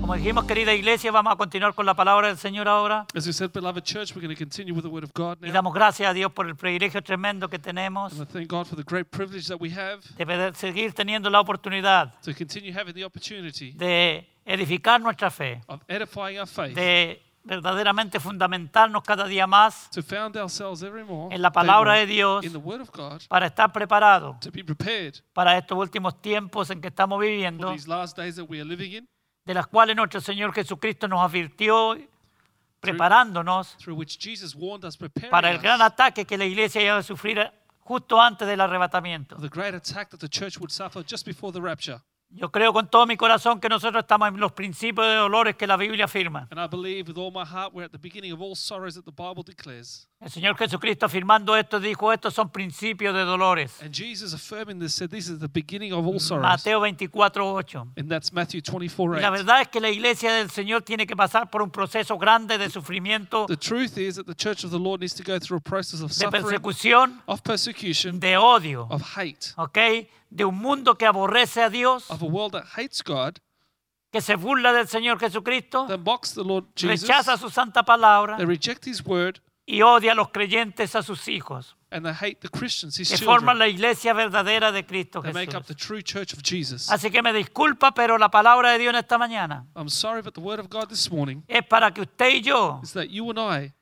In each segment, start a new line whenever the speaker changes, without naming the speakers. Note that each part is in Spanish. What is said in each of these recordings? Como dijimos, querida iglesia, vamos a continuar con la palabra del Señor ahora.
As we said, beloved church, we're going to continue with the Word of God
Y
now.
damos gracias a Dios por el privilegio tremendo que tenemos
And I thank God for the great privilege that we have
de poder seguir teniendo la oportunidad
to continue having the opportunity
de edificar nuestra fe,
of edifying our faith,
de verdaderamente fundamentarnos cada día más
to found ourselves every more
en la
day more
palabra de Dios
in the Word of God,
para estar preparados
to be prepared
para estos últimos tiempos en que estamos
for
viviendo,
these last days that we are living in,
de las cuales nuestro Señor Jesucristo nos advirtió preparándonos
through which Jesus warned us, preparing
para el gran
us
ataque que la iglesia iba a sufrir justo antes del arrebatamiento.
for the great attack that the church would suffer just before the rapture.
Yo creo con todo mi corazón que nosotros estamos en los principios de dolores que la Biblia afirma.
And I believe with all my heart we're at the beginning of all sorrows that the Bible declares.
El Señor Jesucristo afirmando esto dijo, estos son principios de dolores.
And Jesus affirming this said, This is the beginning of all sorrows.
Mateo 24, 8.
And that's Matthew 24
Y
8.
la verdad es que la iglesia del Señor tiene que pasar por un proceso grande de sufrimiento,
The truth is that the church of the Lord needs to go through a process of
de
suffering,
persecución,
of persecution,
de odio,
of hate,
¿ok? De un mundo que aborrece a Dios,
of a world that hates God,
que se burla del Señor Jesucristo,
that mocks the Lord Jesus,
rechaza su santa palabra
they reject His word,
y odia a los creyentes, a sus hijos,
and they hate the Christians, His
que forman
children.
la iglesia verdadera de Cristo
They make
Jesús.
up the true church of Jesus.
Así que me disculpa, pero la palabra de Dios en esta mañana
I'm sorry, but the word of God this morning
es para que usted y yo
is that you and I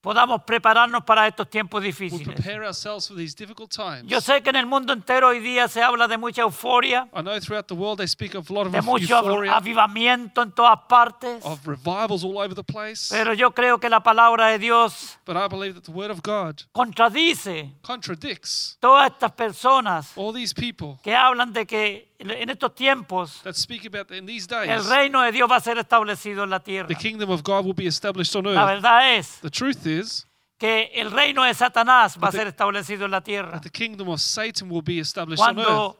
podamos prepararnos para estos tiempos
will
difíciles.
prepare ourselves for these difficult times.
Yo sé que en el mundo entero hoy día se habla de mucha euforia,
I know throughout the world they speak of a lot of
de mucho av-
euphoria,
avivamiento en todas partes,
of revivals all over the place,
pero yo creo que la palabra de Dios
but I believe that the word of God
contradice
contradicts
todas estas personas
all these people
que hablan de que en- en estos tiempos
that speak about in these
el
days.
reino de Dios va a ser establecido en la tierra.
The kingdom of God will be established on
La
earth.
verdad es
The truth is
que el reino de Satanás va a
But the-
ser establecido en la tierra.
that the kingdom of Satan will be established on earth
cuando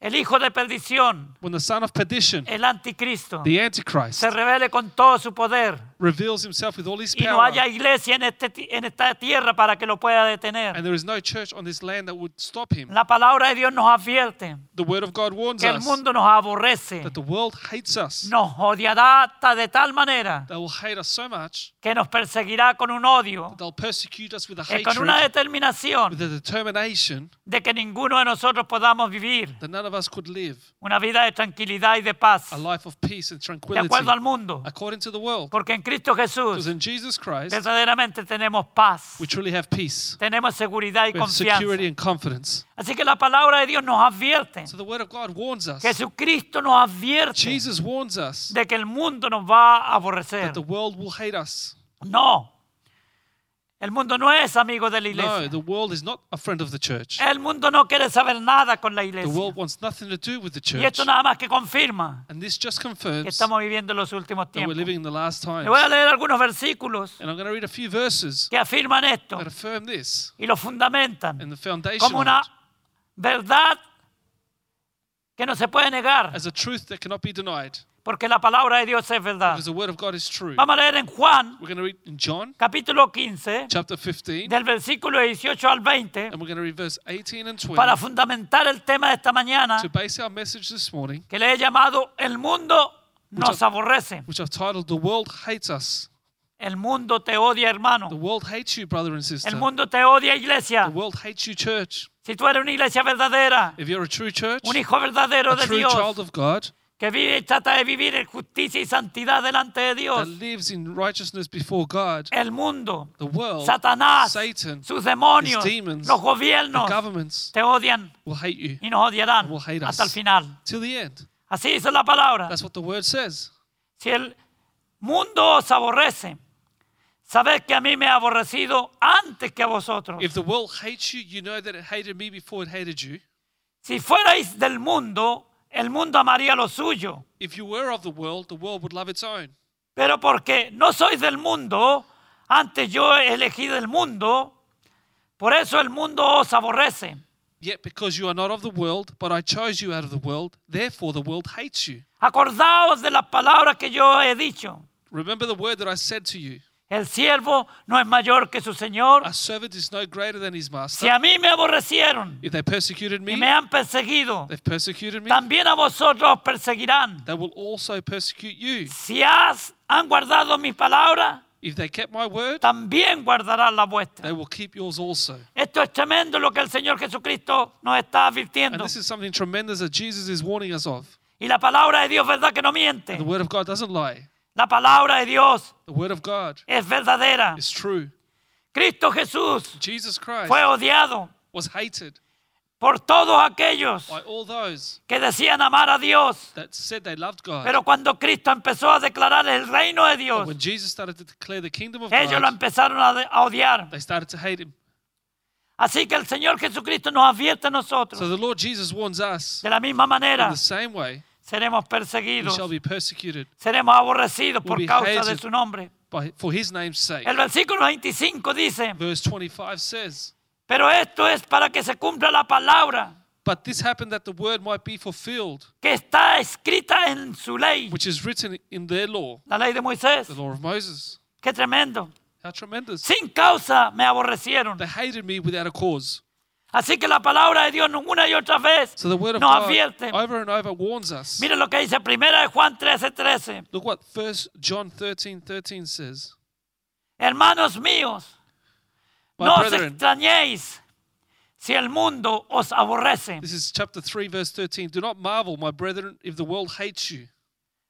el hijo de perdición,
when the son of perdition,
el anticristo,
the Antichrist,
se revele con todo su poder
reveals himself with all his
y no
power,
haya iglesia en, este ti- en esta tierra para que lo pueda detener.
and there is no church on this land that would stop him.
La palabra de Dios nos advierte
The word of God warns
que el
us
mundo nos aborrece,
that the world hates us.
nos odiará hasta de tal manera
They will hate us so much
que nos perseguirá con un odio,
that they'll persecute us with a
y Eh, con una
hatred,
determinación
with a determination
de que ninguno de nosotros podamos vivir
that none of us could live
una vida de tranquilidad y de paz,
a life of peace and
de
tranquility
acuerdo al mundo,
according to the world.
porque en Cristo
Because
Jesús
in Jesus Christ,
verdaderamente tenemos paz.
we truly have peace,
tenemos seguridad y
we have
confianza.
security and confidence.
Así que la palabra de Dios nos advierte.
So the word of God warns us.
Jesucristo nos advierte
Jesus warns us
de que el mundo nos va a aborrecer.
that the world will hate us.
No. El mundo no es amigo de la
No,
iglesia.
the world is not a friend of the church.
El mundo no quiere saber nada con la
The
iglesia.
world wants nothing to do with the
Y
church.
esto nada más que confirma
And this just
que
confirms that
estamos viviendo los últimos
we're
tiempos.
living in the last
Le voy a
times.
leer algunos versículos
And I'm going to read a few verses
que afirman esto
that affirm this
y lo fundamentan
and the foundation
como
of
una
it
verdad que no se puede negar,
as a truth that cannot be denied
porque la palabra de Dios es verdad.
because the word of God is true.
Vamos a leer en Juan,
We're going to read in John
capítulo 15,
chapter 15
del versículo 18 al 20,
and we're going to read verse 18 and
para
20
fundamentar el tema de esta mañana,
to base our message this morning,
que le he llamado El mundo nos aborrece.
which I've titled The World Hates Us.
El mundo te odia,
The
hermano.
world hates you, brother and
El
sister.
mundo te odia,
The
iglesia.
world hates you, church.
Si tú eres una iglesia verdadera,
If you're a true church,
un hijo verdadero
a
de
true child
Dios,
of God
que vive y trata de vivir en justicia y santidad delante de
that
Dios,
lives in righteousness before God,
el mundo,
the world,
Satanás,
Satan,
sus demonios,
his demons,
los
the
gobiernos,
governments
te odian
will hate you
y nos odiarán
will hate
hasta el
us.
final.
till the end.
Así dice la palabra.
That's what the word says.
Si el mundo os aborrece, sabed que a mí me ha aborrecido antes que a vosotros.
If the world hates you, you know that it hated me before it hated you.
si fuerais del mundo, el mundo amaría lo suyo.
If you were of the world, the world would love its own.
Pero porque no sois del mundo, antes yo elegí del mundo, Por eso el mundo os aborrece.
Yet because you are not of the world, but I chose you out of the world, therefore the world hates you.
Acordaos de las palabras que yo he dicho.
Remember the word that I said to you
El siervo no es mayor que su señor.
A servant is no greater than his
Si
master.
a mí me aborrecieron
If they persecuted
y
me,
me han perseguido,
they've persecuted me,
también a vosotros os perseguirán.
they will also persecute you.
Si has- han guardado mi palabra,
If they kept my word,
también guardarán la vuestra.
they will keep yours also.
Esto es tremendo lo que el Señor Jesucristo nos está
And
advirtiendo.
this is something tremendous that Jesus is warning us of.
Y la palabra de Dios, ¿verdad que no miente?
The word of God doesn't lie.
La palabra de Dios
The word of God
es verdadera.
is true.
Cristo Jesús
Jesus Christ
fue odiado
was hated
por todos aquellos
by all those
que decían amar a Dios.
that said they loved God.
Pero cuando Cristo empezó a declarar el reino de Dios,
But when Jesus started to declare the kingdom of
ellos lo
God,
empezaron a, de- a odiar.
they started to hate him.
Así que el Señor Jesucristo nos advierte a
So
nosotros.
the Lord Jesus warns us
De la misma
in
manera,
the same way,
seremos
we
perseguidos,
shall be persecuted
seremos aborrecidos por
be
causa de
hated.
su nombre.
by, for his name's sake.
El versículo 25 dice,
Verse 25 says,
pero esto es para que se cumpla la palabra
But this happened that the word might be fulfilled,
que está escrita en su ley,
which is written in their law,
la ley de Moisés.
the law of Moses.
Qué tremendo.
How tremendous.
Sin causa me aborrecieron.
They hated me without a cause.
Así que la palabra de Dios una y otra vez
So the word of
nos
God
advierte.
over and over warns us.
Mira lo que dice primera de Juan 13:13. 13.
Look what First John 13 13 says.
Hermanos míos,
My
no os
brethren,
extrañéis si el mundo os aborrece.
this is chapter 3, verse 13. Do not marvel, my brethren, if the world hates you.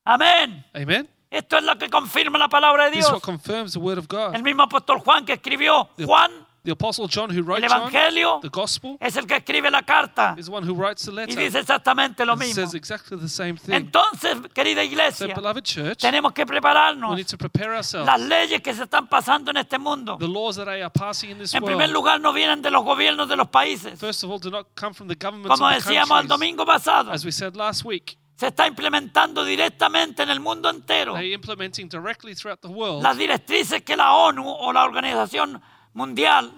Amén.
Amen.
Esto es lo que confirma la palabra de
This is
Dios.
what confirms the word of God.
El mismo apóstol Juan que escribió
The-
Juan,
The apostle John, who wrote
el
John,
Evangelio,
the gospel,
es el que escribe la carta
is the one who writes the
y
letter.
dice exactamente lo
and
mismo.
says exactly the same thing.
Entonces, querida
So,
iglesia,
beloved church,
tenemos que
we
prepararnos.
need to prepare ourselves.
Las leyes que se están pasando en este mundo,
The laws that are passing in this
en primer
world,
lugar, no vienen de los gobiernos de los países.
first of all, do not come from the governments
Como
of the
decíamos pues, el
countries.
domingo pasado,
As we said last week,
se está implementando directamente en el mundo entero
they're implementing directly throughout the world
las directrices que la ONU o la Organización Mundial,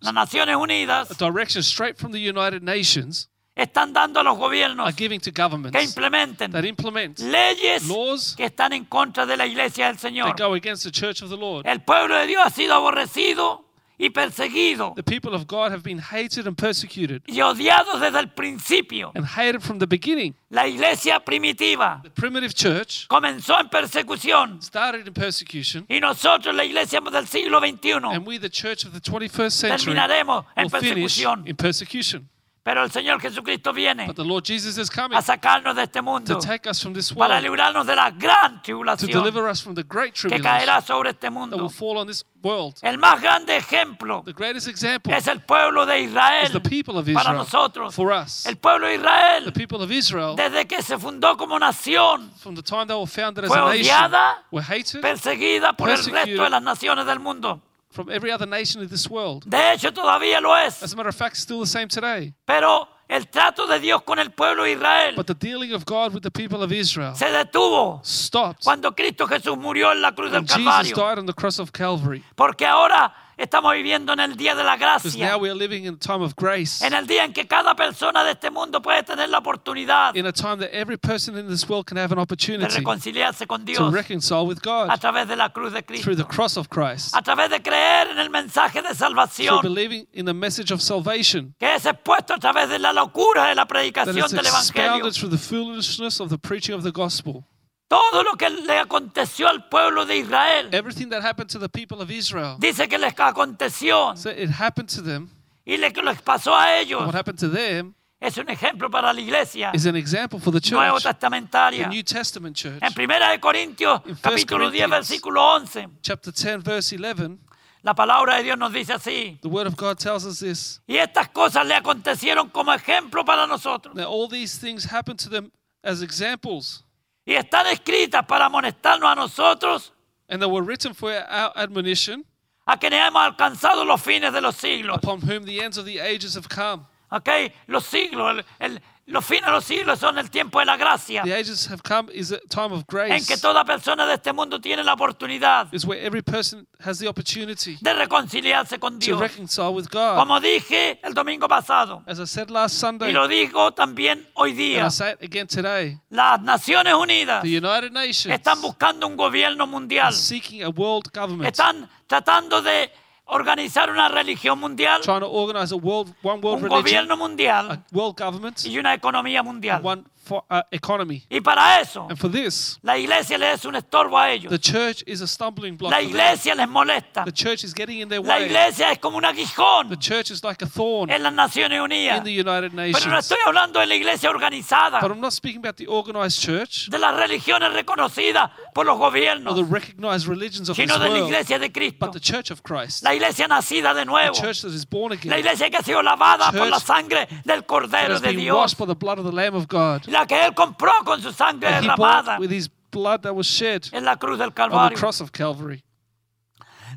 las Naciones Unidas,
a direction straight from the United Nations
están dando a los
are
gobiernos
giving to
que
governments
implementen
that implement
leyes
laws
que están en contra de la iglesia del Señor.
that go against the church of the Lord.
El pueblo de Dios ha sido aborrecido y perseguido
The people of God have been hated and persecuted
y odiado desde el principio.
and hated from the beginning.
La iglesia primitiva
The primitive church
comenzó en persecución
started in persecution,
y nosotros, la iglesia del siglo XXI,
and we, the church of the 21st century,
terminaremos en
will finish
persecución.
in persecution.
Pero el Señor Jesucristo viene
But the Lord Jesus is coming
a sacarnos de este mundo
to take us from this
para
world,
librarnos de la gran
to
tribulación
deliver us from the great
que
tribulation
caerá sobre este
that
mundo.
will fall on this world.
El más grande ejemplo
The greatest example
es el pueblo de
is the
Israel
people of
para
Israel.
nosotros.
For us,
El pueblo de
the
Israel,
people of Israel,
desde que se fundó como nación,
from the time they were founded as
fue
a nation,
odiada,
were hated
perseguida por el
Persecuted.
resto de las naciones del mundo.
from every other nation in this world.
De hecho, todavía lo
As
es.
a matter of fact, still the same today.
Pero el trato de Dios con el pueblo de Israel
But the dealing of God with the people of Israel
se detuvo
stopped
cuando Cristo Jesús murió en la cruz del
when Jesus
Calvario.
died on the cross of Calvary.
Porque ahora estamos viviendo en el día de la
Because
gracia,
now we are living in a time of grace,
en el día en que cada persona de este mundo puede tener la oportunidad
in a time that every person in this world can have an
de
opportunity
reconciliarse con
to
Dios
reconcile with
a
God
través de la cruz de Cristo,
through the cross of Christ,
a través de creer en el mensaje de
through
salvación
believing in the message of salvation
que es expuesto a través de la locura de la
that
predicación
is
del Evangelio.
expounded through the foolishness of the preaching of the gospel.
Todo lo que le aconteció al pueblo de Israel,
Everything that happened to the people of Israel,
dice que les aconteció
so it happened to them.
y le, que les pasó a
and
ellos,
What happened to them
es un ejemplo para la iglesia
is an example for the
nuevo
church, the
testamentaria.
New Testament church.
En Primera de Corintios,
In First
capítulo 10,
Corinthians.
versículo 11,
Chapter 10, verse 11,
la palabra de Dios nos dice así.
the word of God tells us this.
Y estas cosas le acontecieron como ejemplo para nosotros.
Now, all these things happened to them as examples,
Y están escritas para amonestarnos a nosotros,
and they were written for our admonition,
a quienes hemos alcanzado los fines de los siglos.
upon whom the ends of the ages have come.
¿Ok? Los siglos, el, el- Los fines de los siglos son el tiempo de la gracia,
The ages have come is a time of
en que
grace.
toda persona de este mundo tiene la oportunidad
Is where every person has the opportunity
de reconciliarse con
to
Dios.
reconcile with God.
Como dije el domingo pasado,
As I said last
y
Sunday,
lo digo también hoy
and I
día,
say it again today,
las Naciones Unidas
the United Nations
están buscando un gobierno mundial.
is seeking a world government,
Están tratando de organizar una religión mundial,
trying to organize a world, one world
un
religion,
gobierno
a
mundial
world government,
y una economía mundial.
one fo- uh, economy.
Y para eso,
And for this,
la iglesia le es un estorbo a ellos.
the church is a stumbling block.
La
for them.
iglesia les molesta.
The church is getting in their
La
way.
iglesia es como un
The
aguijón
church is like a thorn
en las Naciones Unidas.
in the United Nations.
Pero no estoy hablando de la iglesia organizada,
But I'm not speaking about the organized church
de las religiones reconocidas por los
or the
gobiernos,
recognized religions of this
sino de la
world,
iglesia de Cristo.
but the church of Christ,
La iglesia nacida de
the
nuevo.
church that is born
La
again,
iglesia que ha sido lavada por
Church
la sangre del
that
Cordero
has
de
been
Dios.
washed by the blood of the Lamb of God,
La que Él compró con su sangre
that he bought
derramada
with his blood that was shed
en la cruz del
on the
Calvario.
cross of Calvary.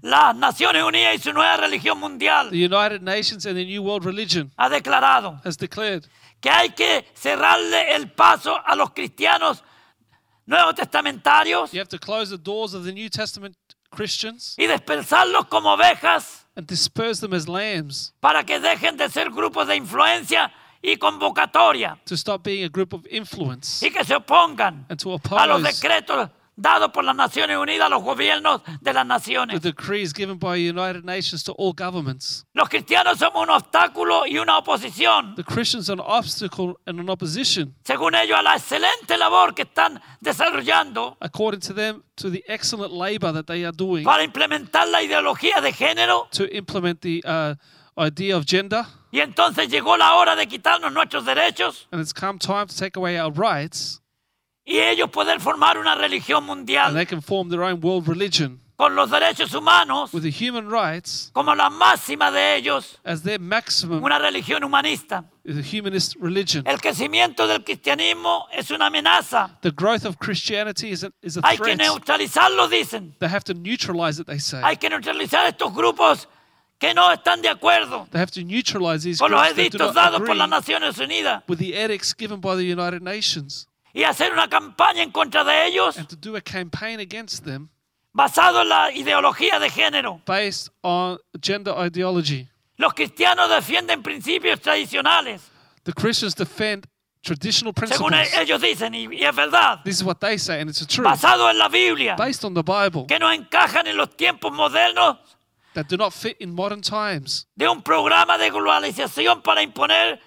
Las Naciones Unidas y su nueva religión
The
mundial
United Nations and the New World Religion
ha declarado
has declared
que hay que cerrarle el paso a los cristianos nuevos testamentarios
you have to close the doors of the New Testament Christians
y dispersarlos como ovejas
and disperse them as lambs
para que dejen de ser grupos de influencia y convocatoria
to stop being a group of influence
y que se opongan
and to
a los
oppose
decretos dados por las Naciones Unidas a los gobiernos de las
the
naciones.
decrees given by the United Nations to all governments.
Los cristianos somos un obstáculo y una oposición,
The Christians are an obstacle and an opposition,
según ellos, a la excelente labor que están desarrollando
according to them, to the excellent labor that they are doing
para implementar la ideología de género.
to implement the uh, idea of gender.
Y entonces llegó la hora de quitarnos nuestros derechos
And it's come time to take away our rights,
y ellos poder formar una religión
and
mundial
they can form their own world religion
con los derechos humanos
with the human rights
como la máxima de ellos,
as their maximum,
una religión humanista.
the humanist religion.
El crecimiento del cristianismo es una amenaza.
The growth of Christianity is a, is a
Hay que
threat.
neutralizarlo, dicen.
They have to neutralize it, they say.
Hay que neutralizar estos grupos que no están de acuerdo
They have to neutralize these
con los
groups that do
edictos
not
dados por
agree
las Naciones Unidas
with the edicts given by the United Nations
y hacer una campaña en contra de ellos
and to do a campaign against them
basado en la ideología de género.
based on gender ideology.
Los cristianos defienden principios tradicionales,
The Christians defend traditional
según
principles.
e- ellos dicen, y, y es verdad,
This is what they say, and it's the truth.
basado en la Biblia,
Based on the Bible,
que no encajan en los tiempos modernos
that do not fit in modern times.
de un programa de globalización para imponer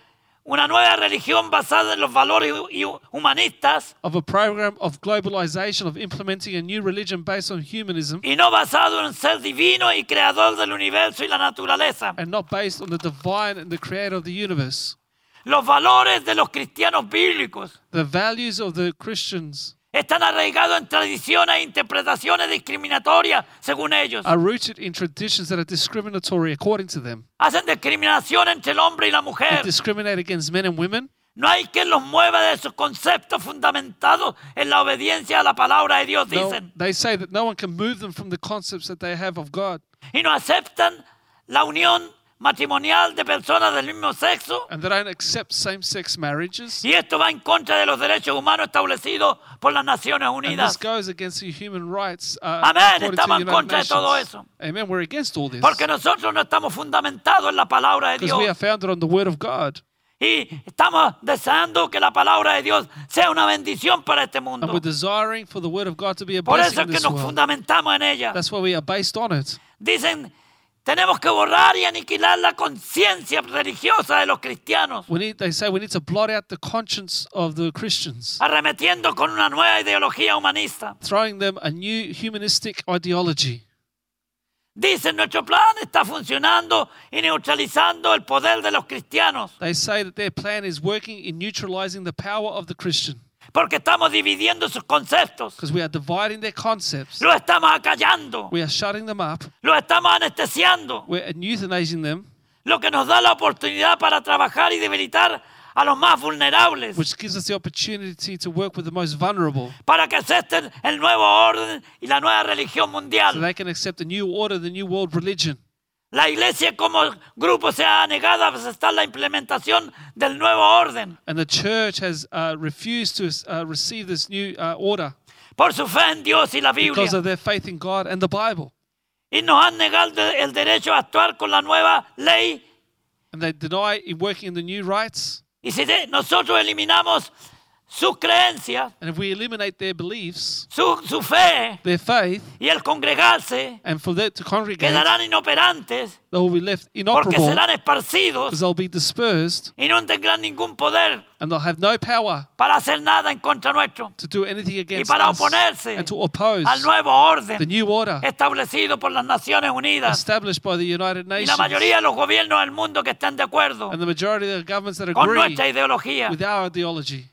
una nueva religión basada en los valores hu- y hu- humanistas
Of a program of globalization, of implementing a new religion based on humanism,
y no basado en un ser divino y creador del universo y la naturaleza.
and not based on the divine and the creator of the universe.
Los valores de los cristianos bíblicos
The values of the Christians
están arraigados en tradiciones e interpretaciones discriminatorias, según ellos.
are rooted in traditions that are discriminatory according to them.
Hacen discriminación entre el hombre y la
They
mujer.
discriminate against men and women.
No hay quien los mueva de sus conceptos fundamentados en la obediencia a la palabra de Dios,
No-
dicen.
they say that no one can move them from the concepts that they have of God.
Y no aceptan la unión matrimonial de personas del mismo sexo.
And they don't accept same sex marriages.
Y esto va en contra de los derechos humanos establecidos por las Naciones
And this
Unidas.
goes against the human rights. Uh,
Amén,
according to the
estamos en
United
contra de todo
Nations.
eso.
Amen. We're against all this.
Porque nosotros no estamos fundamentados en la palabra de
Because we are
Dios.
founded on the Word of God.
Y estamos deseando que la palabra de Dios sea una bendición para este
And
mundo.
we're desiring for the Word of God to be a
Por eso
blessing
es
in
que
this
nos
world.
fundamentamos en ella.
That's why we are based on it.
Dicen, tenemos que borrar y aniquilar la conciencia religiosa de los cristianos,
We need, they say we need to blot out the conscience of the
Ah.
Christians,
arremetiendo con una nueva ideología humanista.
throwing them a new humanistic ideology.
Dicen, nuestro plan está funcionando y neutralizando el poder de los cristianos,
They say that their plan is working in neutralizing the power of the Christian
porque estamos dividiendo sus conceptos,
because we are dividing their concepts.
lo estamos acallando,
We are shutting them up.
lo estamos anestesiando,
We're euthanizing them,
lo que nos da la oportunidad para trabajar y debilitar a los más vulnerables,
which gives us the opportunity to work with the most vulnerable
para que acepten el nuevo orden y la nueva religión
so
mundial.
they can accept the new order, the new world religion.
La iglesia como grupo se ha negado a aceptar la implementación del nuevo orden
And the church has uh, refused to uh, receive this new uh, order
por su fe en Dios y la
because
Biblia
of their faith in God and the Bible.
y nos han negado de- el derecho a actuar con la nueva ley
And they deny in working in the new rights.
y si de- nosotros eliminamos sus creencias,
And if we eliminate their beliefs,
su, su fe
their faith,
y el congregarse,
and for them to congregate,
quedarán inoperantes
they will be left
porque
inoperable
serán
because
esparcidos
they'll be dispersed
y no tendrán ningún poder
and they'll have no power
para hacer nada en contra nuestro
to do anything against
para
us
oponerse
and to oppose
al nuevo
the
orden
new order
establecido por las Naciones Unidas
established by the United
y la
Nations
mayoría de los gobiernos del mundo que están de acuerdo
Pues and the majority of the governments that
con
agree
nuestra ideología.
with our ideology.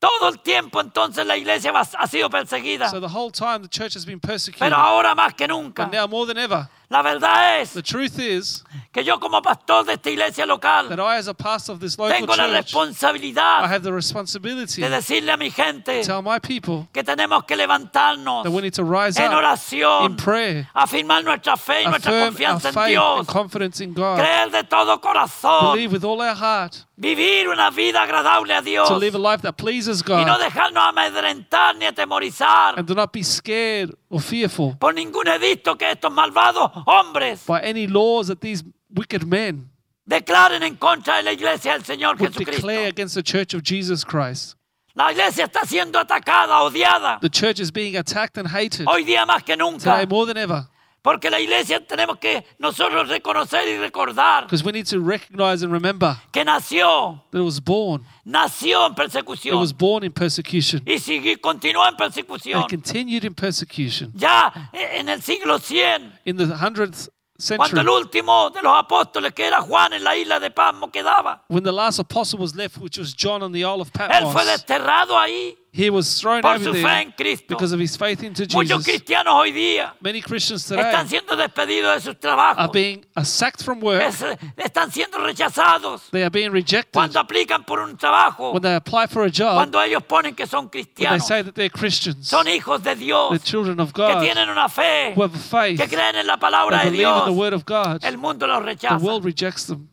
Todo el tiempo entonces la iglesia va- ha sido perseguida,
So the whole time the church has been persecuted.
pero ahora más que nunca.
But now more than ever,
La verdad es
the truth is
que yo como pastor de esta iglesia
that
local
I, as a pastor of this local
tengo la
church, I
responsabilidad
have the responsibility
de
to
decirle a mi gente
tell my people
que tenemos que levantarnos
that we need to rise
en
up in
oración,
prayer,
afirmar nuestra fe y nuestra
affirm our
confianza en
faith and
Dios,
confidence in God,
creer de todo corazón,
believe with all our heart,
vivir una vida agradable a Dios
to live a life that pleases
y no
God,
dejarnos amedrentar ni atemorizar
and do not be scared or fearful
por ningún edicto que estos malvados hombres
by any laws that these wicked men
declaren en contra de la iglesia del Señor
would declare
Jesucristo.
against the church of Jesus Christ.
La iglesia está siendo atacada, odiada,
The church is being attacked and hated
hoy día más que
today
nunca,
more than ever
porque la iglesia tenemos que nosotros reconocer y recordar
because we need to recognize and remember
que nació,
that it was born.
nació en
It
persecución
was born in persecution
y sigue, continúa en
and
persecución.
continued in persecution.
Ya eh, en el siglo 100,
In the 100th
cuando
century,
el último de los apóstoles, que era Juan en la isla de Pasmo, quedaba,
when the last apostle was left, which was John on the Isle of
él fue
Patmos,
desterrado ahí
he was thrown
por
over
su fe
there
en Cristo.
because of his faith into
Muchos
Jesus.
cristianos hoy día
Many Christians today
están siendo despedidos de sus
are
trabajos.
being uh, sacked from work.
Es- están siendo rechazados
They are being rejected
cuando aplican por un trabajo,
when they apply for a job.
cuando ellos ponen que son
When they
cristianos,
say that they're Christians,
son hijos de
they're
Dios,
children of
que
God,
tienen una fe,
who have a faith,
que
they
creen en la palabra de
believe in the
Dios,
word of God.
el mundo los
The
rechaza.
world rejects them.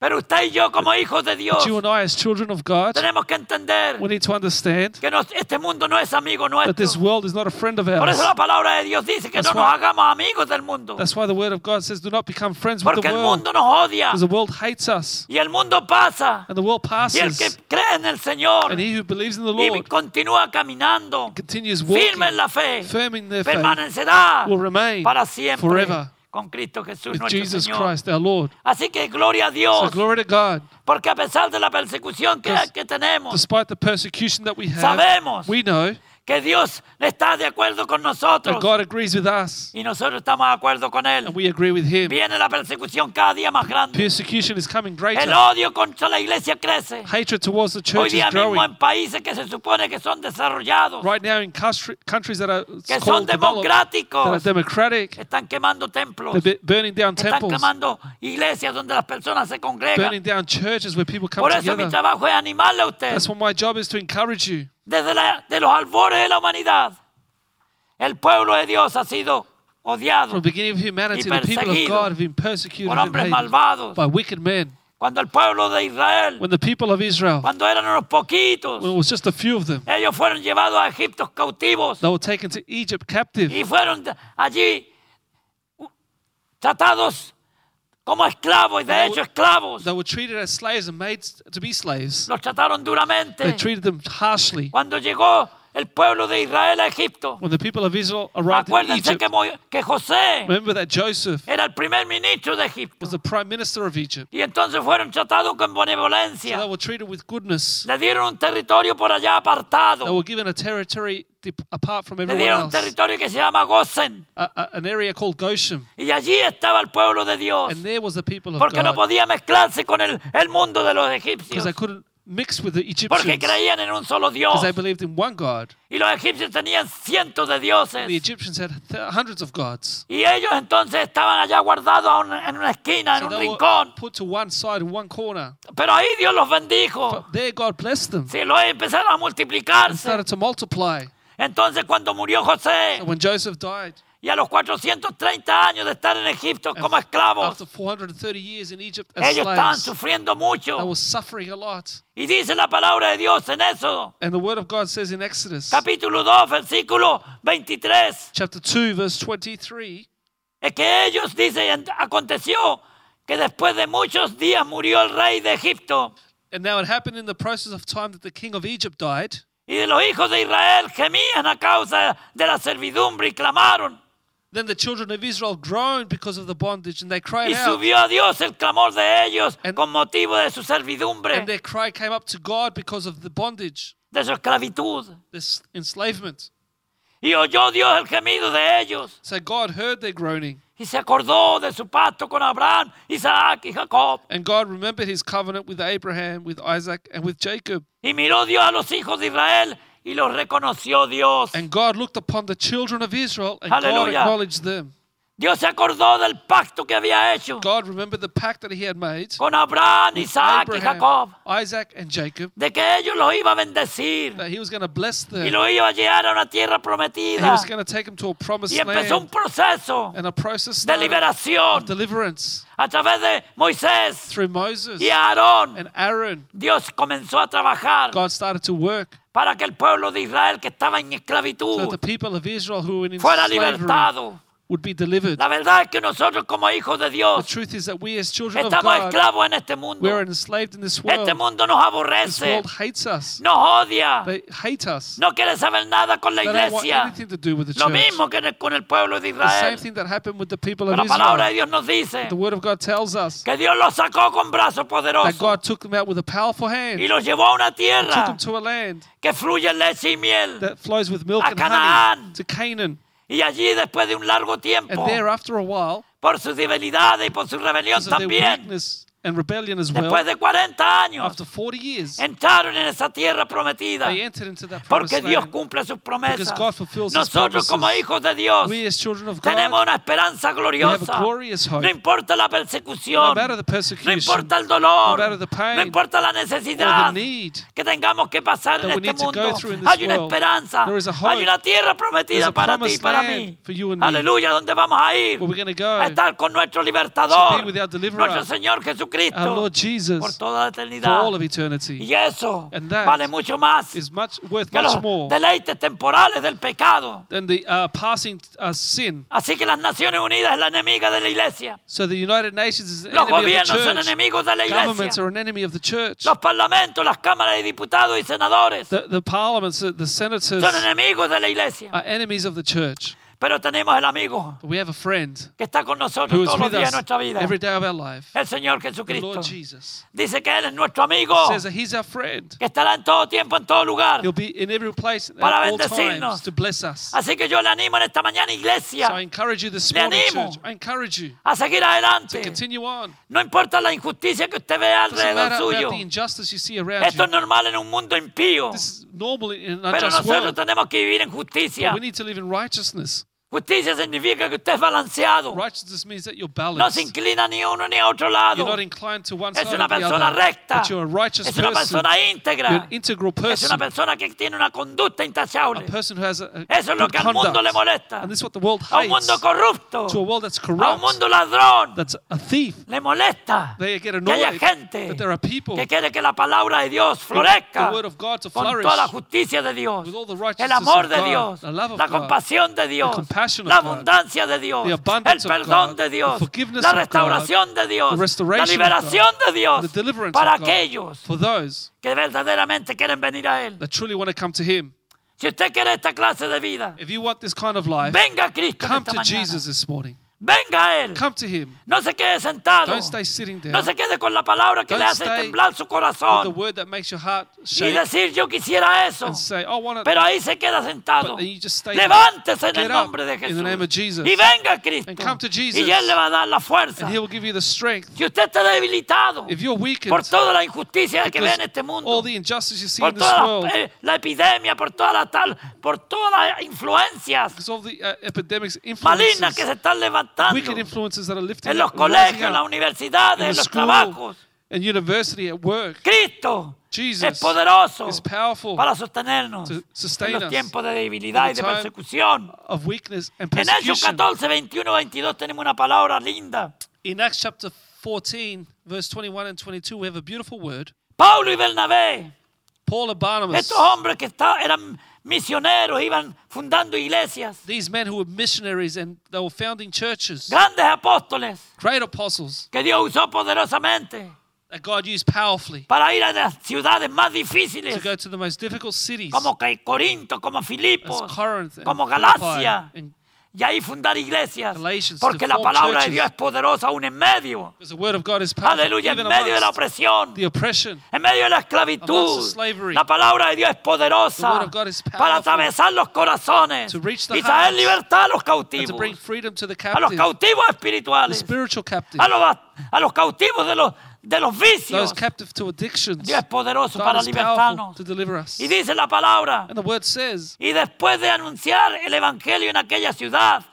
Pero usted y yo como hijos de Dios
But you and I, as children of God,
tenemos que entender
we need to understand
que nos- este mundo no es amigo
that this
nuestro.
world is not a friend of
Por
ours.
eso la palabra de Dios dice que
That's
no nos
why-
hagamos amigos del mundo,
That's why the word of God says, "Do not become friends with
porque
the
el
world,
mundo nos odia
because the world hates us,
y el mundo pasa.
and the world
Y el que
passes,
cree en el Señor
and he who believes in the
y
Lord
continúa caminando
continues walking,
firme en la fe,
firming their faith
permanecerá
will remain
para siempre
forever
con Cristo Jesús
with
nuestro
Jesus
Señor.
Christ, our Lord."
Así que gloria a
So
Dios,
glory to God.
porque a pesar de la persecución que,
Because
que tenemos,
Despite the persecution that we have,
Sabemos.
Pues, eh, we know
que Dios está de acuerdo con
that
nosotros
God agrees with us,
y nosotros estamos de acuerdo con Él.
and we agree with Him.
Viene la persecución cada día más grande.
Persecution is coming
El
greater.
odio contra la iglesia crece.
Hatred towards the
Hoy
church is
día mismo
growing.
en países que se supone que son desarrollados,
Right now, in country, countries that are
que son
called developed, that are
democráticos,
democratic,
están quemando templos.
they're bu- burning down
Están
temples,
quemando iglesias donde las personas se
burning
congregan.
down churches where people come
Por eso mi
together.
trabajo es animarle a usted
That's what my job is to encourage you.
desde la- de los albores de la humanidad. El pueblo de Dios ha sido
From
odiado
the beginning of humanity,
Y
the people of
perseguido
God have been persecuted
por
and
hombres
hated
malvados.
by wicked men.
Cuando el pueblo de Israel,
When the people of Israel,
cuando eran unos
when it
poquitos,
was just a few of them,
ellos fueron llevados a Egipto cautivos
they were taken to Egypt captive
y fueron de- allí u- tratados como esclavos y de hecho esclavos.
They were treated as slaves and made s- to be slaves.
Los trataron
They
duramente.
treated them harshly.
Cuando llegó el pueblo de Israel a Egipto,
When the people of Israel arrived in
Acuérdense
Egypt,
que, Mo- que José
remember that Joseph
era el primer ministro de Egipto
was the prime minister of Egypt.
y entonces fueron tratados con
So
benevolencia.
they were treated with goodness.
Le dieron un territorio por allá
They
apartado.
were given a territory dip- apart from
Le
everyone
dieron un
else, a,
territorio que se llama Gosen
a- an area called Goshen.
y allí estaba el pueblo de Dios
And there was the people of
porque no
God
podía mezclarse con el, el mundo de los
because
egipcios
they couldn't mix with the Egyptians
porque
because
creían en un solo Dios
they believed in one God.
y los egipcios tenían cientos de
The
dioses
Egyptians had th- hundreds of gods.
y ellos entonces estaban allá guardados a un- en una esquina, en
So
un
they were
rincón.
put to one side in one corner.
Pero ahí Dios los bendijo.
But there God blessed them
Si lo empezaron a
and
multiplicarse.
started to multiply.
Entonces cuando murió José
And when Joseph died,
Y a los 430 años de estar en Egipto
And
como esclavos,
After 430 years in Egypt as
ellos estaban
slaves,
sufriendo
they
mucho.
were suffering a lot.
Y dice la palabra de Dios en eso.
And the word of God says in Exodus
Capítulo 2, versículo 23.
chapter 2, verse 23,
Es que ellos, dice, "Ent- aconteció que después de muchos días murió el rey de Egipto.
and now it happened in the process of time that the king of Egypt died,
Y de los hijos de Israel gemían a causa de la servidumbre y clamaron.
Then the children of Israel groaned because of the bondage, and they cried
Y
out.
subió a Dios el clamor de ellos
And-
con motivo de su
And
servidumbre,
their cry came up to God because of the bondage,
de su esclavitud.
this enslavement.
Y oyó Dios el gemido de ellos
So God heard their groaning,
y se acordó de su pacto con Abraham, Isaac y Jacob.
and God remembered his covenant with Abraham, with Isaac, and with Jacob.
Y miró Dios a los hijos de Israel y los reconoció Dios.
And God looked upon the children of Israel, and God
Hallelujah.
acknowledged them.
Dios se acordó del pacto que había hecho
God remembered the pact that he had made
con Abraham,
with
Isaac y Jacob,
Abraham, Isaac, and Jacob,
de que ellos los iba a bendecir
that he was going to bless
y
them,
los iba a llevar a una tierra
and he
prometida.
was going to take them to a promised
Y empezó un
land
proceso
and a process
de
started
liberación
of deliverance
a través de Moisés
through Moses
y Aarón.
and Aaron.
Dios comenzó a trabajar
God started to work
para que el pueblo de Israel que estaba en
so that
esclavitud
the people of Israel who were in
fuera
slavery
libertado.
would be delivered.
La verdad es que nosotros como hijos de
The
Dios
truth is that we as children of
estamos
God,
esclavos en este
we
mundo.
are enslaved in this world.
Este mundo nos
This
aborrece,
world hates us.
nos odia,
They hate us.
no quiere saber nada con la
They don't want
iglesia.
anything to do with the
Lo
church.
mismo que en el- con el pueblo de
The same
Israel.
thing that happened with the people of
Pero la palabra de Dios
Israel.
nos dice
The word of God tells us
que Dios los sacó con brazos
that
poderosos
God took them out with a powerful hand,
y los llevó a una
took
tierra
them to a land
que fluye leche y miel.
that flows with milk
A
and honey,
Canaán. Oh.
to Canaan.
Y allí después de un largo
And
tiempo,
there, after a while,
por sus debilidades y por su rebelión
because of their
también,
weakness and rebellion as
después
well,
de 40 años,
after 40 years,
entraron en esa tierra prometida.
they entered into that promised
Porque Dios
land.
cumple sus
Because
promesas.
God fulfills his
Nosotros como
promises.
hijos de Dios
We as children of
tenemos
God,
una esperanza gloriosa.
glorious hope.
No importa la
no
persecución,
matter the
no
persecution,
importa el dolor,
no matter the pain,
no importa la
or the
necesidad
need,
que tengamos que pasar en
that we
este
need to go
mundo,
through in this
hay una
world,
esperanza,
there is a hope.
hay una tierra
There's
prometida
a
para ti y
promised
para
land
mí.
for you and me.
Aleluya, donde vamos a ir?
where we're going to go,
a estar con nuestro libertador,
be with our deliverer,
nuestro Señor
our
Jesucristo,
Lord Jesus,
por
for
toda la eternidad.
all of eternity,
Y eso
And that
vale mucho más
is much worth
que
much
los
more
deleites temporales del pecado.
than the uh, passing uh, sin.
Así que las Naciones Unidas es la enemiga de la iglesia.
So the United Nations is an
Los
enemy of
gobiernos son
the church.
enemigos de la
Governments
iglesia.
are an enemy of the church.
Los parlamentos, las cámaras de diputados y senadores
The, the parliaments, uh, the, the senators
son enemigos de la iglesia.
are enemies of the church.
Pero tenemos el amigo
But we have a friend
que está con nosotros
who is
todos los
with
días de
us
nuestra vida.
every day of our life,
El Señor
the
Jesucristo.
Lord Jesus.
Dice que Él es nuestro amigo,
says that he's our friend.
que estará en todo tiempo, en todo lugar.
He'll be in every place at
Para
all
bendecirnos.
times to bless us.
Así que yo le animo en esta mañana,
So I
iglesia,
encourage you this
Le
morning,
animo.
church. I encourage you.
a seguir adelante.
Continue on.
No importa la injusticia que usted vea
Doesn't
alrededor
matter about the
suyo.
injustice you see around
Esto
you.
es normal en un mundo impío.
This is normal in an
Pero
unjust
nosotros
world.
tenemos que vivir en justicia.
We need to live in righteousness.
Justicia significa que usted es balanceado.
Righteousness means that you're
No se
balanced.
inclina ni a uno ni a otro
You're
lado.
not inclined to one
Es
side or
una
the
persona
other.
recta.
But you're a righteous
Es una
person.
persona
You're an
íntegra.
integral
Es una
person.
persona que tiene una conducta
A
intachable.
person who has a, a
Eso es lo
good
que al mundo le
conduct.
molesta.
And this is what the world
A un mundo
hates.
corrupto.
To a world that's
A un
corrupt,
mundo ladrón.
that's a thief.
Le molesta
They get
que haya
annoyed
gente
that there are people
que quiere que la palabra de Dios florezca
the word of God to
con
flourish
toda la justicia de Dios,
with all the
el
righteousness
amor
of
de
God,
Dios,
the love of
la
God,
compasión de Dios,
compassion of
la
God,
abundancia de Dios,
the
el
abundance of
perdón
God,
de
the
Dios,
forgiveness
la
of God,
restauración de Dios,
the
la
restoration of
liberación de
the
Dios
deliverance
para
of God
aquellos
for those
que verdaderamente quieren venir a Él.
that truly want to come to Him.
Si usted quiere esta clase de vida,
If you want this kind of life,
venga a Cristo en
come
esta
to
mañana.
Jesus this morning.
Venga a Él.
Come to Him.
No se quede sentado.
Don't stay sitting down
No se quede con la palabra que
Don't
le hace
stay
temblar su
with the
corazón
word that makes your heart
y
shake
decir yo quisiera eso.
and say, I want to.
Pero ahí se queda sentado.
But you just stay there.
Levántese en el
Get up
nombre de
in the
Jesús.
name of Jesus.
Y venga a Cristo.
And come to Jesus.
Y Él le va a dar la fuerza.
And He will give you the strength.
Si usted está debilitado
If you're weakened
por toda la injusticia que ve en este
all
mundo,
the injustice you see
por
in this
toda
world,
la, eh, la epidemia, por toda la tal, por todas las influencias
because all the uh, epidemics, influences,
malignas que se están
wicked
levantando
influences that are lifting
en los
up, rising
colegios, en las
up, in
universidades, en
the
los
school,
trabajos.
and university, at work.
Cristo es
Jesus
poderoso
is powerful
para sostenernos
to sustain
en los
us
tiempos de debilidad y
in the
de
time
persecución.
of weakness and
En Hechos
persecution.
14, 21, 22 tenemos una palabra linda.
In Acts chapter 14, verse 21 and 22, we have a beautiful word.
Pablo y Bernabé,
Paul and Barnabas,
estos hombres que esta- eran misioneros, iban fundando iglesias,
these men who were missionaries and they were founding churches,
grandes apóstoles
great apostles
que Dios usó poderosamente
that God used powerfully
para ir a las ciudades más
to
difíciles,
go to the most difficult cities
como que Corinto, como
as
Filipos,
Corinth and
como Galacia,
Philippi. And
y ahí fundar iglesias,
Galatians, to
porque la
form
palabra de
churches.
Dios es poderosa aún en medio,
because the word of God is powerful
aleluya,
even
en medio de la
amongst
opresión,
the oppression.
en medio de la
Amongst
esclavitud.
the slavery.
La palabra de Dios es
The word
poderosa
of God is
para
powerful
atravesar los corazones
to reach the
y traer
hearts
libertad a los
and to
cautivos,
bring freedom to the
a los
captive,
cautivos
the
espirituales,
spiritual captive,
a los, a los cautivos de los, de los
those
vicios.
captive to addictions.
Dios es poderoso
God
para
is powerful
libertarnos.
to deliver us.
Y dice la palabra,
And the word says,
y después de anunciar el evangelio en aquella ciudad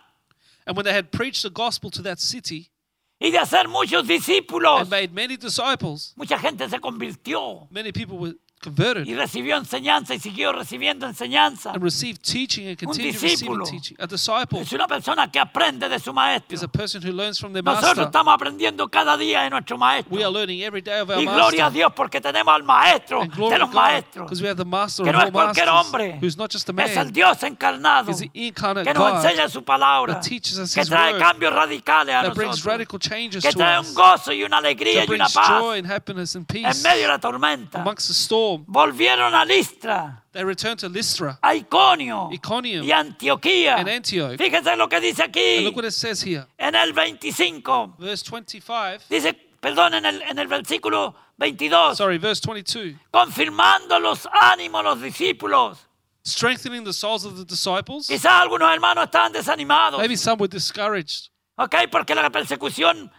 and when they had preached the gospel to that city
y de hacer muchos discípulos,
and made many disciples,
mucha gente se convirtió
many people were converted
y recibió enseñanza y siguió recibiendo enseñanza.
and received teaching and continued receiving
discípulo.
teaching. A disciple
Es una persona que aprende de su
is
maestro.
a person who learns from their
Nosotros
master.
estamos aprendiendo cada día de nuestro maestro.
We are learning every day of our
Y gloria a
master.
Dios porque tenemos al maestro
And glory
de
to
los
God,
maestros.
because we have the master
Que
of
no es
all
cualquier hombre.
masters, who's not just a
Es el
man,
Dios encarnado.
is the incarnate
Que nos
God
enseña su palabra.
that teaches us
Que
His
trae
word,
cambios radicales a
that brings
nosotros.
radical changes
Que
to
trae un
us,
gozo y una alegría
that
y una
brings
paz
joy and happiness and
en
peace
medio de la tormenta.
amongst the storm.
Volvieron a Listra,
They returned to Lystra
a Iconio
Iconium
Oh. y Antioquía.
and Antioch.
Fíjense lo que dice
And look
aquí
what it says here,
en el 25.
verse 25.
Dice, perdón, en el, en el versículo 22.
Sorry, verse 22.
confirmando los ánimos los discípulos.
Strengthening the souls of the disciples.
Quizás algunos hermanos estaban desanimados,
Maybe some were discouraged
¿ok? Porque la persecución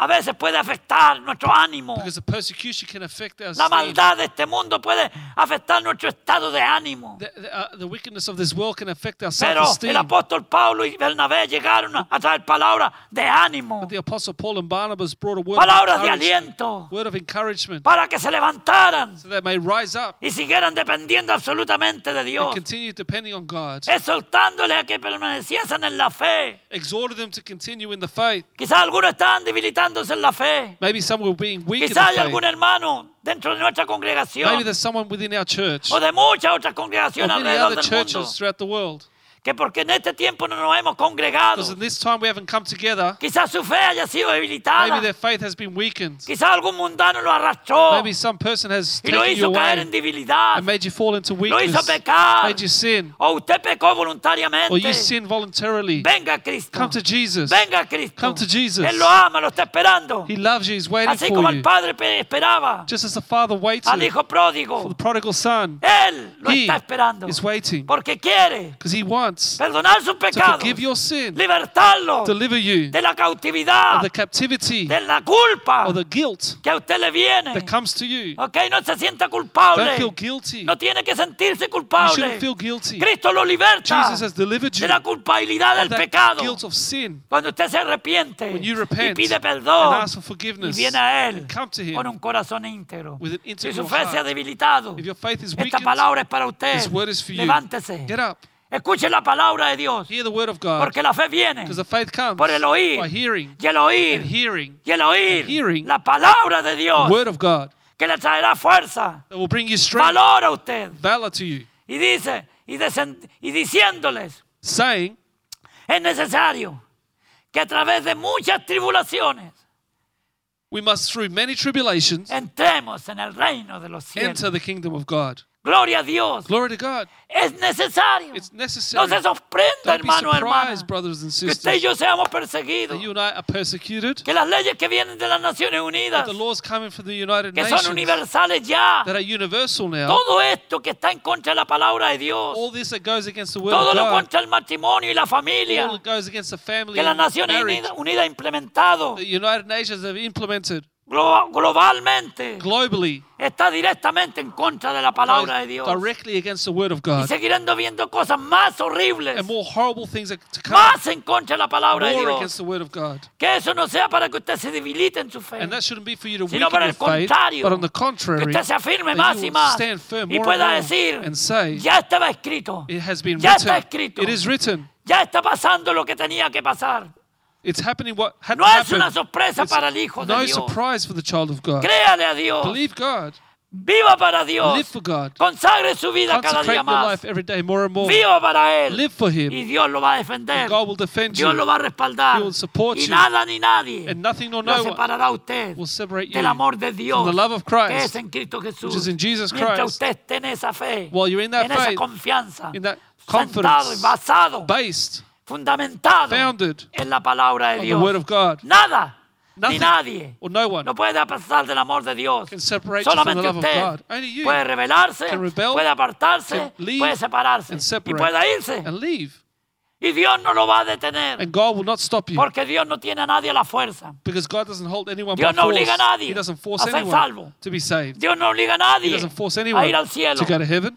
a veces puede afectar nuestro ánimo.
because the persecution can affect our
La
esteem.
maldad de este mundo puede afectar nuestro estado de ánimo.
The, the, uh, the wickedness of this world can affect our
Pero el
self-esteem.
apóstol Pablo y Bernabé llegaron a a traer palabras de ánimo,
The apostle Paul and Barnabas brought a word
palabras
of
de
encouragement,
aliento,
word of encouragement,
para que se levantaran
so that may rise up
y siguieran dependiendo absolutamente de
and
Dios,
continue depending on God.
exhortándoles a que permaneciesen en la fe.
Exhorted them to continue in the faith.
Quizás algunos estaban debilitándose en la fe.
Maybe some were being weak in the
Quizá hay
faith.
algún hermano dentro de nuestra
Maybe
congregación
there's someone within our church
o
or
de muchas otras congregaciones
many
alrededor
other
del mundo
churches throughout the world.
que porque en este tiempo no nos hemos congregado,
Because in this time we haven't come together,
quizás su fe haya sido
maybe
debilitada,
their faith has been weakened.
quizás algún mundano lo arrastró
Maybe some person has
y lo
taken you
hizo caer
away
en debilidad,
and made you fall into
lo hizo
weakness,
pecar,
made you sin,
o usted pecó
or you
voluntariamente.
sin voluntarily.
Venga a Cristo,
Come to Jesus.
venga a Cristo,
Come to Jesus.
Él lo ama, lo está esperando,
He loves you. He's waiting
así como
for
el
you.
Padre pe- esperaba
Just as the Father waited
al
for
Hijo pródigo,
the prodigal son,
Él lo
He
está esperando,
is waiting
porque quiere
because He wants
perdonar sus
to
pecados,
forgive your sin,
libertarlo
deliver you
de la cautividad,
of the captivity
de la culpa
or the guilt
que a usted le viene.
that comes to you.
Ok, no se sienta culpable.
Don't feel guilty.
No tiene que sentirse
You
culpable.
shouldn't feel guilty.
Cristo lo liberta
Jesus has delivered you
de la culpabilidad
of
del
that
pecado.
guilt of sin.
Cuando usted se arrepiente
When you
y
repent
pide
and
perdón
ask for
y
forgiveness,
viene a Él
and come to
con
Him,
un corazón íntegro,
with an
si su
integral
fe se ha
heart.
debilitado,
if your faith is
esta
weakened,
palabra es para usted.
His word is for you.
Levántese.
Get up.
Escuche la palabra de Dios.
Hear the word of God.
Porque la fe viene
Because the faith comes
por el oír
by hearing
y el
and
oír
hearing
y el oír
and hearing
la palabra de
the
Dios
word of God
que le traerá fuerza,
that will bring you strength,
valor a usted.
valor to you,
Y dice, y, desen- y diciéndoles,
saying,
es necesario que a través de muchas tribulaciones
We must through many tribulations
entremos en el reino de los cielos.
enter the kingdom of God.
Gloria a Dios.
Glory to God.
Es necesario.
It's
No
necessary.
se sorprenda,
Don't be
hermano, hermana,
surprised, brothers and
que usted y
sisters,
yo seamos
that you
perseguidos.
and I are persecuted.
Que las leyes que vienen de las Naciones
That
Unidas,
the laws coming from the United
que son
Nations that
universales ya,
are universal now.
Todo esto que está en contra de la palabra de Dios,
All this that goes against the word
todo
of
lo
God.
contra el matrimonio y la
All
familia
that goes against the family
que las
and
Naciones
marriage.
Unidas Unidas ha implementado,
The United Nations have implemented.
glo- globalmente
globally,
está directamente en contra de la palabra de
goes
Dios.
directly against the word of
Y
God.
seguirán viendo cosas más horribles,
And more horrible things are to come,
más en contra de la palabra de
more
Dios.
against the word of God.
Que eso no sea para que usted se debilite en su fe.
And that shouldn't be for you to
Sino
weaken
para
your
el
faith,
contrario,
but on the
Que
contrary,
usted se afirme
that
más y
you will
más.
stand firm
Y
more
pueda
and more
decir,
and say,
ya estaba escrito.
it has been
Ya está
written.
escrito.
It is written.
Ya está pasando lo que tenía que pasar.
It's happening what had
No
to
es
happen.
una sorpresa
It's
para el Hijo de
no
Dios.
surprise for the child of God.
Créale a Dios.
Believe God.
Viva para Dios.
Live for God.
Consagre su vida cada
Consecrate
día
your
más.
life every day more and more.
Viva para Él.
Live for
Y
Him.
Dios lo va a defender.
And God will defend
Dios lo
you.
va a respaldar.
He will support
Y
you.
nada ni nadie
And nothing nor
lo
no one
separará a usted
will separate you
del amor de Dios
the love of
que es
Christ.
en Cristo Jesús.
is in Jesus
Mientras
Christ.
usted esté en esa fe,
While you're in that
en esa
faith,
confianza,
in that
sentado y
confidence,
basado,
Based
fundamentado
founded
en la palabra de
on the
Dios.
Word of God.
Nada ni
Nothing
nadie
or no one
no puede pasar del amor de Dios.
can separate you from the
Solamente
love of
usted
God. Only you
puede rebelarse,
can rebel,
puede apartarse,
can leave
puede separarse
and
y
separate
puede irse.
and leave.
Y Dios no lo va a detener
And God will not stop you
porque Dios no tiene a nadie a la fuerza.
because God doesn't hold anyone
Dios
by
no obliga a
force.
nadie
He doesn't
a
force
ser salvo.
anyone to be saved.
Dios no obliga a
He
nadie
doesn't force
a
anyone
ir al cielo.
to go to heaven.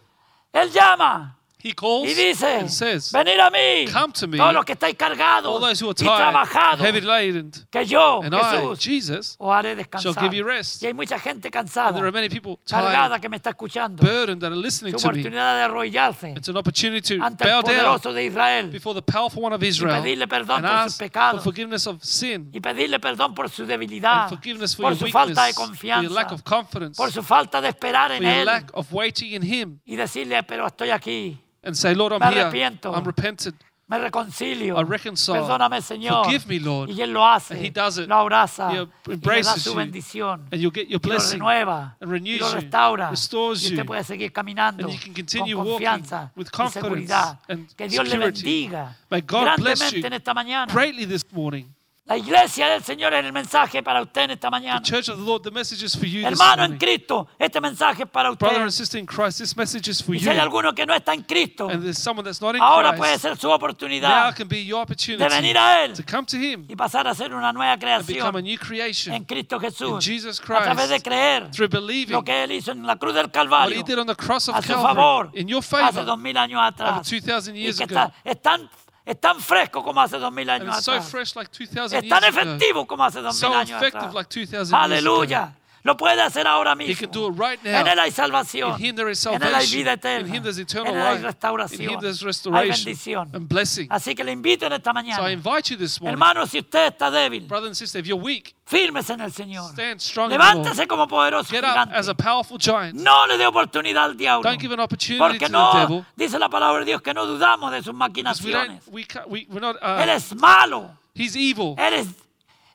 Él llama
He calls
y dice,
and says,
venid a mí,
Come to me,
todos los que estáis
All
cargados
those who are
y
tired,
trabajados,
heavy laden,
que yo,
and I,
Jesús,
Jesus,
os haré descansar.
shall give you rest.
Y hay mucha gente
there are
cansada,
many people
cargada
tired,
que me está escuchando.
burdened that are listening
Su
to me.
oportunidad de arrodillarse
It's an opportunity to
ante el
bow down
poderoso de Israel
before the powerful one of Israel
pedirle
and
perdón por sus
ask for
pecados.
forgiveness of sin
y pedirle perdón por su
and
debilidad,
forgiveness for
por
your
su
weakness,
falta de
for your
confianza,
lack of confidence,
por
for
su falta de esperar en
your
Él
lack of waiting in Him,
y decirle, pero estoy aquí,
and say, Lord,
Me
I'm here.
arrepiento.
I'm repentant.
me reconcilio,
I reconcile.
perdóname Señor.
Forgive me, Lord.
Y Él lo hace,
And he does it.
lo abraza,
He
y le da
embraces
su
you.
bendición,
And you'll get your
y lo
blessing.
renueva,
and
y
renews
lo
you,
restaura,
restores
y usted
you.
puede seguir caminando
And you can continue
con
walking
confianza
with
y
confidence
seguridad.
and
Que Dios le
security.
bendiga
May God bless
grandemente
you
en esta mañana.
Greatly this morning.
La iglesia del Señor es el mensaje para usted en esta mañana.
The Church of the Lord, the message is for you this
Hermano en
morning.
Cristo, este mensaje es para
Brother
usted.
and sister in Christ, this message is for
Y
you.
si hay alguno que no está en Cristo,
And there's someone that's not in
ahora puede
Christ.
ser su
Now
oportunidad
can be your
de
opportunity
venir a Él
to come to Him
y pasar a ser una nueva
and become a
creación
new
en
creation
Cristo
in
Jesús.
Jesus
A través de
Christ
creer
through
lo
believing
que Él hizo en la cruz del
what
Calvario,
He did on the cross
a
of
su favor,
Calvary in your
hace
favor
dos mil años
over
atrás.
2,000
Y
years
que
ago.
está, es, tan, es tan fresco como hace dos mil
And
años
it's so
atrás.
fresh like 2,000
Es
years
tan
ago.
efectivo como hace dos mil
So
años
effective
atrás.
like 2,000 years ago.
Aleluya. Lo puede hacer ahora
He can do
mismo.
it right
En él
now.
hay salvación.
In Him there is
en él hay
salvation.
vida eterna.
In Him there's eternal
en él hay
life. In
restauración.
Him there's
hay
restoration
bendición.
and blessing.
Así que le invito en esta mañana.
So I invite you this morning,
Hermano, Ah, si usted está débil,
brother and sister, if you're weak,
fírmese en el Señor.
stand strong in the Lord.
Levántese como poderoso
Get up
gigante.
as a powerful giant.
No le dé oportunidad al diablo.
Don't give an opportunity
Porque
to the
no,
devil.
dice la palabra de Dios, que no dudamos de sus
Because we
maquinaciones.
don't, we, ca- we, we're not,
Él
uh,
es malo.
he's evil.
Él es,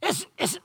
es, es-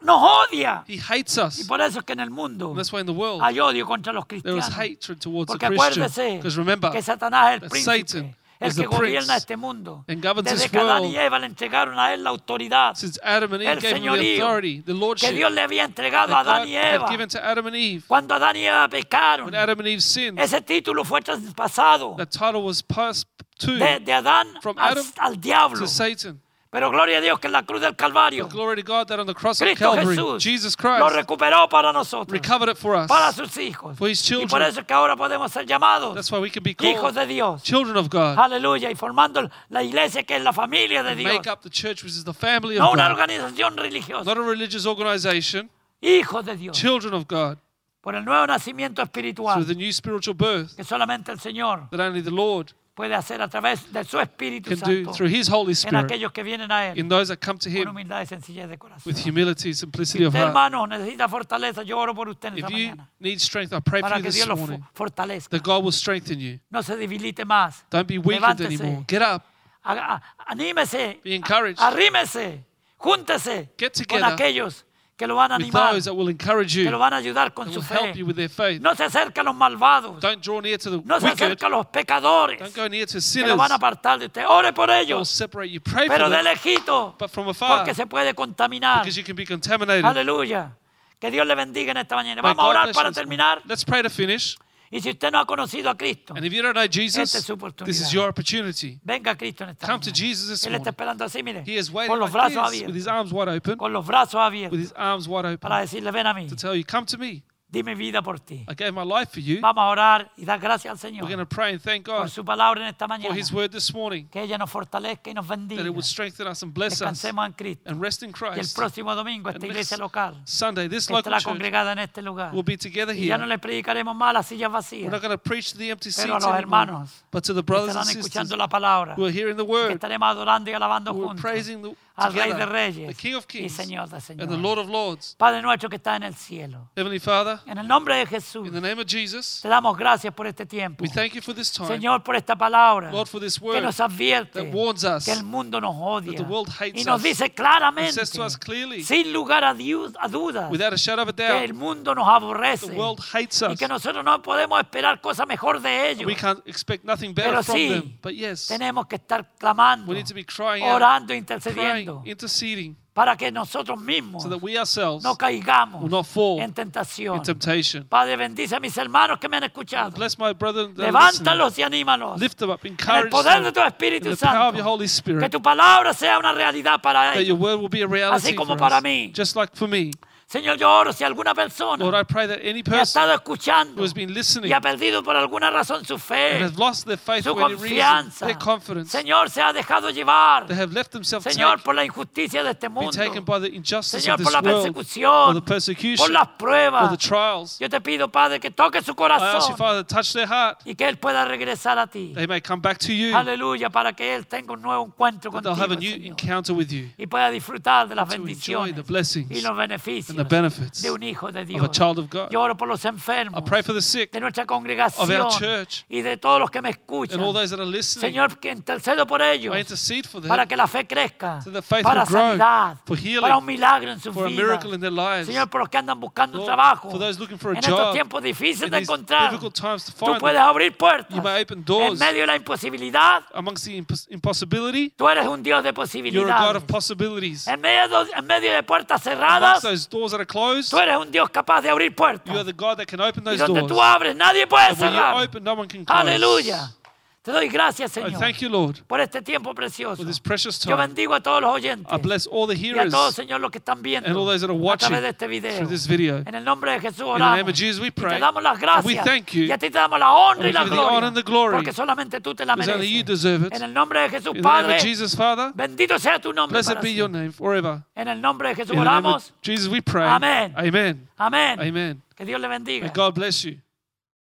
nos odia.
He hates
Y
us.
por eso es que en el mundo
And that's why in the world,
hay odio contra los
there is
cristianos.
hatred towards the
Porque
Christian.
acuérdese
Because remember,
que Satanás es el
that
príncipe,
Satan
el
is
que
the prince
gobierna este mundo.
and governs
Desde
this
que Adán y
world.
Eva le entregaron a él la autoridad
since Adam and
el
Eve gave him the
señorío
authority, the
que
lordship
Dios
that
le había entregado a Adán
God
y
had
Eva.
given to Adam and Eve.
Cuando Adán y Eva pecaron,
When Adam and Eve sinned,
ese título fue traspasado
that title was passed
de,
to,
de Adán
From
al,
Adam
al diablo.
to Satan.
Pero gloria a Dios que en la cruz del Calvario,
Glory to God that on the cross of
Cristo
Calvary,
Jesús
Jesus
lo
Christ
recuperó para nosotros,
recovered it for us.
para sus hijos.
for his
Y por
children.
eso es que ahora podemos ser llamados
That's why we can be
hijos
called
de Dios.
children of God.
Aleluya, y formando la iglesia que es la familia de Dios,
Make up the church, which is the family
no
of
una
God,
organización religiosa,
not a religious organization,
hijos de Dios,
children of God,
por el nuevo nacimiento
through
espiritual
the new spiritual birth
que solamente el Señor
that only the Lord
puede hacer a través de su Espíritu
can do
Santo
through his Holy
en
Spirit
aquellos que vienen a
in
Él
those that come to
con
him
humildad y sencillez de corazón.
with humility, simplicity of
Usted,
heart.
hermano, necesita fortaleza, yo oro por usted en esta
If you
mañana,
need strength, I pray for
para
you
que Dios
this
lo fo-
morning
fortalezca,
that God will strengthen you.
no se debilite más,
Don't be weakened
Levántese.
anymore. Get up.
Haga- a- anímese,
Be encouraged.
arrímese, júntese
Get
con
together
aquellos que lo van a
with
animar.
those that will encourage
que lo
you,
van a ayudar con
that
su
will
fe.
help you with their faith.
No se acerque a los malvados.
Don't draw near to the
No se
wicked.
acerque a los pecadores
Don't go near to
que lo
sinners.
van a apartar de usted. Ore por
They will
ellos,
separate you. Pray for
pero de
them,
lejito,
but from afar,
porque se puede contaminar.
because you can be contaminated.
Aleluya. Que Dios le bendiga en esta mañana.
May
Vamos a
God
orar
bless
para
you this morning.
terminar
Let's pray to finish.
Y si usted no ha conocido a Cristo,
And if you don't know Jesus,
Esta es su
this
oportunidad.
is your opportunity.
venga a Cristo en esta
Come to
mañana.
Jesus this
Él está
morning.
esperando así, mire,
He is
con
waiting
los
like
brazos
this, with
abiertos,
his arms wide open,
con los brazos
with
abiertos,
his arms wide
para
open,
decirle, ven a mí,
to tell you, come to me.
di mi vida por ti.
I gave my life for you.
Vamos a orar y dar gracias al
We're going
Señor
to pray and thank
por
God
su palabra en esta
for
mañana,
his word this morning,
que ella nos fortalezca y nos bendiga.
that it would strengthen us and bless us
Descansemos en Cristo.
and rest
Y
in
el
Christ.
próximo domingo esta
And
iglesia
next
local
Sunday, this local
estará
church
congregada en este lugar.
will be together
Y ya no
here.
le predicaremos más a las sillas
We're
vacías.
not going to preach to the empty
Pero a
seats
los
anymore,
hermanos
but to the
que
brothers and
estarán
sisters
escuchando la palabra.
who are hearing the
Que
word,
estaremos adorando y alabando
who are
juntos
praising the,
al Rey de
together,
Reyes
the King of
y
Kings
Señor de
and the
Señores.
Lord of Lords.
Padre nuestro que está en el cielo.
Heavenly Father,
En el nombre de Jesús,
in the name of Jesus,
te damos gracias por este tiempo.
we thank you for this time,
Señor, por esta palabra
Lord, for this
que
word
nos advierte
that warns us
que el mundo nos odia
the world hates
y nos
us
dice claramente,
and says to us clearly,
sin lugar a, diu- a dudas,
without a shadow of a
que
doubt.
el mundo nos aborrece
The world hates
y
us.
que nosotros no podemos esperar cosa mejor de ellos.
We can't expect nothing
Pero
better from
sí,
them. But yes,
Tenemos que estar clamando,
we need to be crying out,
orando, intercediendo
praying, interceding,
para que nosotros mismos
so that we ourselves
no caigamos
will not fall
en tentación.
in temptation.
Padre, bendice a mis hermanos que me han escuchado.
Bless my brother. that are listening.
Levántalos y anímalos.
Lift them up,
En el
encourage
poder de
them.
tu
In
Espíritu
the power of your
Santo.
Holy
Que
Spirit,
tu palabra sea una realidad para
that your
ellos.
word will be a reality
como
for
para
us,
mí.
just like for me.
Señor, yo oro si alguna
Lord,
persona
I pray that any
que ha
person
estado escuchando
who has been listening
y ha perdido por alguna razón su
and
fe,
has lost their faith
su
for any reason,
confianza,
their confidence,
Señor, se ha dejado llevar,
they have left themselves
Señor,
take,
por la injusticia de este
be taken
mundo,
by the injustice
Señor,
of
por
this
la
world, or the
persecución, por
persecution,
las
or
pruebas.
the trials.
Yo te pido, Padre, que toque su
I ask you,
corazón
Father, touch their heart.
y que Él pueda regresar a ti.
They may come back to you.
Aleluya, para que Él tenga un nuevo encuentro
That they'll have a
contigo,
new
Señor.
encounter with you.
y pueda disfrutar de las
to enjoy
bendiciones
the blessings
y los beneficios
and the benefits
de un hijo de
of a
Dios.
child of God.
Yo oro por los
I
enfermos
pray for the sick
de nuestra congregación
church
y de todos los que me escuchan.
and all those that are listening.
Señor, que intercedo por ellos
I intercede for them
para que la fe crezca,
So the faith
para
will grow,
sanidad,
for healing,
para un milagro en sus
for a
vidas.
miracle in their lives.
Señor, por los que andan buscando un
Lord,
trabajo,
for those looking for
en
a
estos
job,
tiempos difíciles
in
de
these
encontrar,
difficult times to
tú
find
puedes abrir puertas
You may open
en
doors.
medio de la imposibilidad.
amongst the impos- impossibility.
Tú eres un Dios de
You're a God
posibilidades.
of possibilities.
En medio, en medio de puertas
Amongst
cerradas,
those doors that are closed,
Tú eres un Dios capaz de abrir
you are
puertas.
the God that can open
Y
those
donde
doors.
tú abres, nadie puede
And when you
cerrar.
open, no one can close.
Aleluya. Te doy gracias,
I
Señor,
thank you, Lord,
por este tiempo precioso.
for this precious
Yo
time.
bendigo a todos los
I
oyentes
bless all the
y a
hearers
todos, Señor, los que están
and all
viendo
those that are
a
watching
través de este
through
video.
this video.
En el nombre de Jesús
In the name
oramos.
of Jesus, we
Y te
pray.
damos las
And we
gracias.
thank you.
Y a ti te damos la honra y
we
la
give you the honor and the
gloria.
glory.
Porque solamente tú te la
Because only you
mereces.
deserve it.
En el nombre de Jesús,
In the name
Padre,
of Jesus, Father,
bendito sea tu nombre.
blessed
para
be your
siempre.
name forever.
En el nombre de Jesús
In the name of
oramos.
Jesus, we pray.
Amén.
Amen.
Amén.
Amen.
Que Dios le bendiga.
May God bless you.